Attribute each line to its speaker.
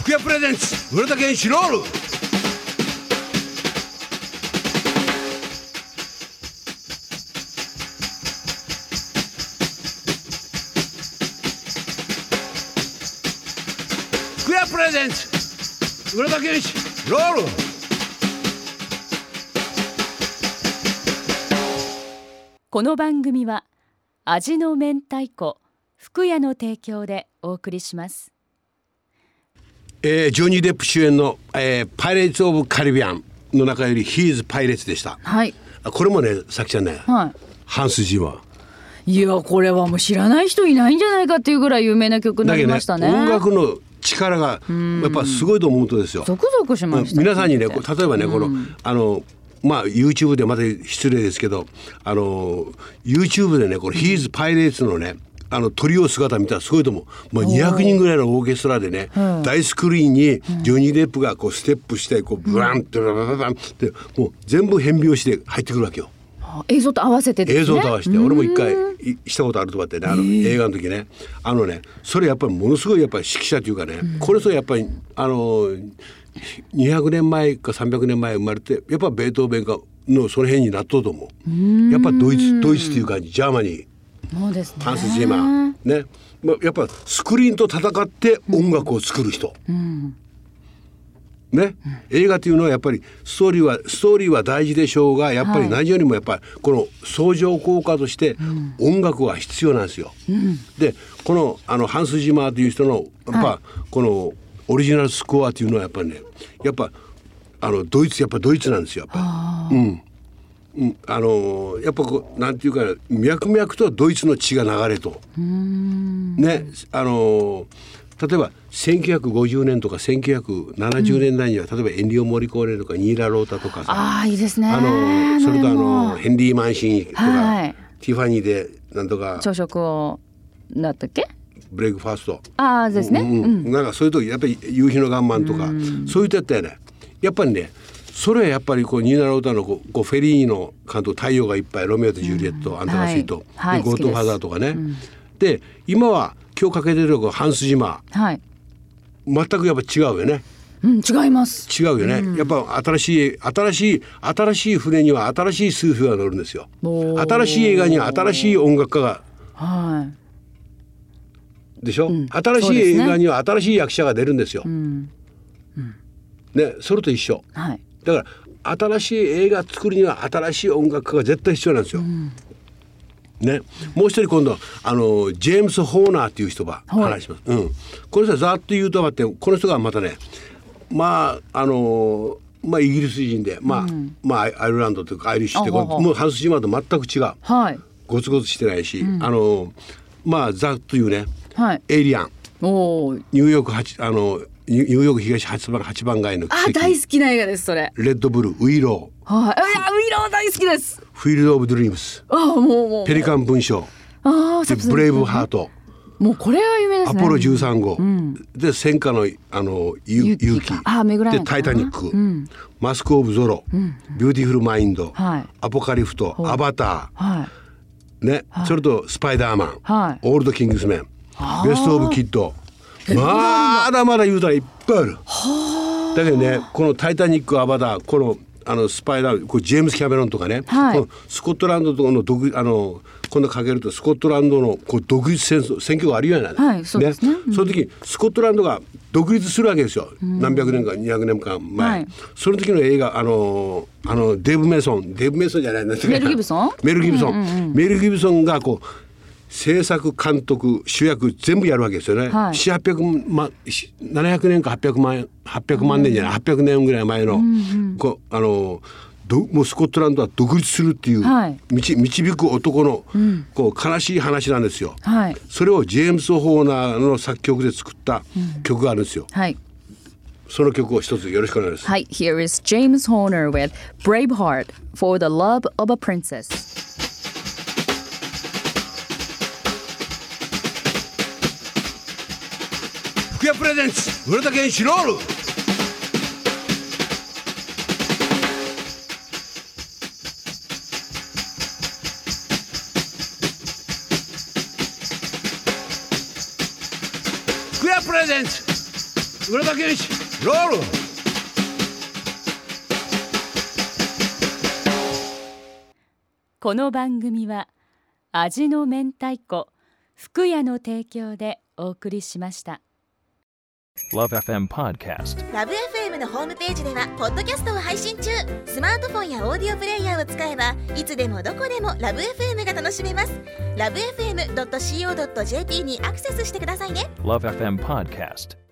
Speaker 1: 福屋プレゼンツ浦田健シロール福屋プレゼンツ浦田健シロール
Speaker 2: この番組は味の明太子福屋の提供でお送りします
Speaker 1: えー、ジョニー・デップ主演の、えー「パイレーツ・オブ・カリビアン」の中より「ヒーズ・パイレーツ」でした
Speaker 2: はい
Speaker 1: あこれもねさきちゃんね、
Speaker 2: は
Speaker 1: ハンス・ジーマー
Speaker 2: いいやこれはもう知らない人いないんじゃないかっていうぐらい有名な曲にな
Speaker 1: だけ
Speaker 2: り
Speaker 1: ど
Speaker 2: ま
Speaker 1: ね
Speaker 2: したね
Speaker 1: 音楽の力がやっぱすごいと思うとですよ
Speaker 2: ゾクゾクしました
Speaker 1: 皆さんにね
Speaker 2: 聞い
Speaker 1: こ
Speaker 2: て
Speaker 1: う例えばねこのあのまあ YouTube でまた失礼ですけどあの YouTube でねこの He's Pirates のねあのトリオ姿見たらすごいと思うもう200人ぐらいのオーケストラでね大スクリーンにジョニー・デップがこうステップしてこうブランってブラブラブランってもう全部変拍子で入ってくるわけよ。
Speaker 2: あ映像と合わせてですね
Speaker 1: 映像と合わせて俺も一回いしたことあるとかってねあの映画の時ねあのねそれやっぱりものすごいやっぱり指揮者というかねこれそれやっぱりあの200年前か300年前生まれてやっぱベートーベンがのその辺になっとうと思うやっぱドイツドイツという感じジャーマニー
Speaker 2: そうですね
Speaker 1: ハンス・ジーマーねまあやっぱスクリーンと戦って音楽を作る人、ね、映画というのはやっぱりストーリーはストーリーは大事でしょうがやっぱり何よりもやっぱりこの相乗効果として音楽は必要なんですよ。でこのあのハンス・ジーマーという人のやっぱこのオリジナルスコアというのはやっぱりねやっぱあのドイツやっぱドイツなんですよやっぱり。うんあのーやっぱこうなんていうか脈々とドイツの血が流れと。ねあのー例えば1950年とか1970年代には、例えばエンリオ・モリコーネとかニーラ・ロータとかさ
Speaker 2: ああいいですね
Speaker 1: あのーそれとあ
Speaker 2: も
Speaker 1: のーヘンリー・マンシンとか、
Speaker 2: はい
Speaker 1: ティファニーでなんとか
Speaker 2: 朝食をなんだったっけ
Speaker 1: ブレイクファースト。
Speaker 2: ああですね、
Speaker 1: うんうん、なんかそういう時やっぱり夕日の岩盤とか、そういうとやったよねやっぱりねそれはやっぱりこうニーナ・ロータのこうこうフェリーニの監督「太陽がいっぱい」「ロメオとジュリエット」アンタガシート」
Speaker 2: はいはい
Speaker 1: で「ゴ
Speaker 2: 好
Speaker 1: ー
Speaker 2: き
Speaker 1: ト
Speaker 2: です
Speaker 1: ファザー」とかね。で今は今日かけてるこうハンス・ジマ
Speaker 2: はい
Speaker 1: ー全くやっぱ違うよね
Speaker 2: うん違います
Speaker 1: 違うよね、やっぱ新しい新しい新しい船には新しいスーフィーが乗るんですよ
Speaker 2: おー
Speaker 1: 新しい映画には新しい音楽家が
Speaker 2: は
Speaker 1: でしょ、新
Speaker 2: そ
Speaker 1: し
Speaker 2: う
Speaker 1: い
Speaker 2: です
Speaker 1: 映
Speaker 2: ね
Speaker 1: 画には新しい役者が出るんですよ、
Speaker 2: いうん
Speaker 1: ねそれと一緒、
Speaker 2: はい
Speaker 1: だから新しい映画作るには新しい音楽家が絶対必要なんですよ。ね、もう一人今度あのジェームス・ホーナーっていう人が話します、うん、この人はざっと言うとまってこの人がまたねまああのまあイギリス人で、まあまあアイアイルランドというかアイリッシュって
Speaker 2: あ
Speaker 1: これ
Speaker 2: ほうほう
Speaker 1: もうハンス・ジマーと全く違う
Speaker 2: はい
Speaker 1: ゴツゴツしてないし、あのまあざっと言うね
Speaker 2: はい
Speaker 1: エイリアン
Speaker 2: おー
Speaker 1: ニューヨーク八あのニューヨーク東八番八番街の
Speaker 2: あー
Speaker 1: 奇跡
Speaker 2: 大好きな映画ですそれ
Speaker 1: レッドブルウイロー
Speaker 2: はいあいやウイロー大好きです
Speaker 1: フィールド・オブ・ドリームス
Speaker 2: あーもうもうもう
Speaker 1: ペリカン文章
Speaker 2: ああ
Speaker 1: でブレイブハート
Speaker 2: もうこれは有名です
Speaker 1: ア
Speaker 2: ね
Speaker 1: ポロ13号、で戦火のあのゆ
Speaker 2: 勇気
Speaker 1: 勇気
Speaker 2: かあー巡らない
Speaker 1: で
Speaker 2: のか
Speaker 1: タ
Speaker 2: な
Speaker 1: イタニック、マスク・オブ・ゾロ、ビューティフル・マインド、
Speaker 2: はい
Speaker 1: アポカリフトアバタ
Speaker 2: はい
Speaker 1: ー、ねそれとスパイダーマン、
Speaker 2: はい
Speaker 1: オールド・キングスメンベスト・オブ・キッドまだまだ言うたらいっぱいあるだけどねこの「タイタニック」「アバター」このあのスパイラルこれジェームス・キャメロンとかね、
Speaker 2: はい
Speaker 1: このスコットランドとの独あの今度かけるとスコットランドのこう独立戦争選挙があるような
Speaker 2: はいそうですね
Speaker 1: その時スコットランドが独立するわけですよ、何百年か200年間前、
Speaker 2: はい
Speaker 1: その時の映画あのあのデーブ・メイソンデーブ・メイソンじゃないな
Speaker 2: メルギブソン
Speaker 1: メルギブソン、メルギブソンがこう制作監督主役全部やるわけですよね、
Speaker 2: はい
Speaker 1: 4 800万し700年か800万800万年じゃない、800年ぐらい前の、こうあのどもうスコットランドは独立するっていう、
Speaker 2: はい
Speaker 1: みち導く男の、こう悲しい話なんですよ。
Speaker 2: はい
Speaker 1: それをジェームス・ホーナーの作曲で作った曲があるんですよ。
Speaker 2: はい
Speaker 1: その曲を一つよろしくお願いします。
Speaker 2: はい Here is James Horner with Braveheart for the love of a princess
Speaker 1: 福屋プレゼンツ、浦田健シロール。é 福屋プレゼンツ、裏田健一ロール
Speaker 2: この番組は味の明太子福屋の提供でお送りしました。
Speaker 3: Love FM Podcast.
Speaker 4: ラブ f m のホームページではポッドキャストを配信中スマートフォンやオーディオプレイヤーを使えばいつでもどこでもラブ f m が楽しめますラブ FM.co.jp にアクセスしてくださいね
Speaker 3: Love FM Podcast.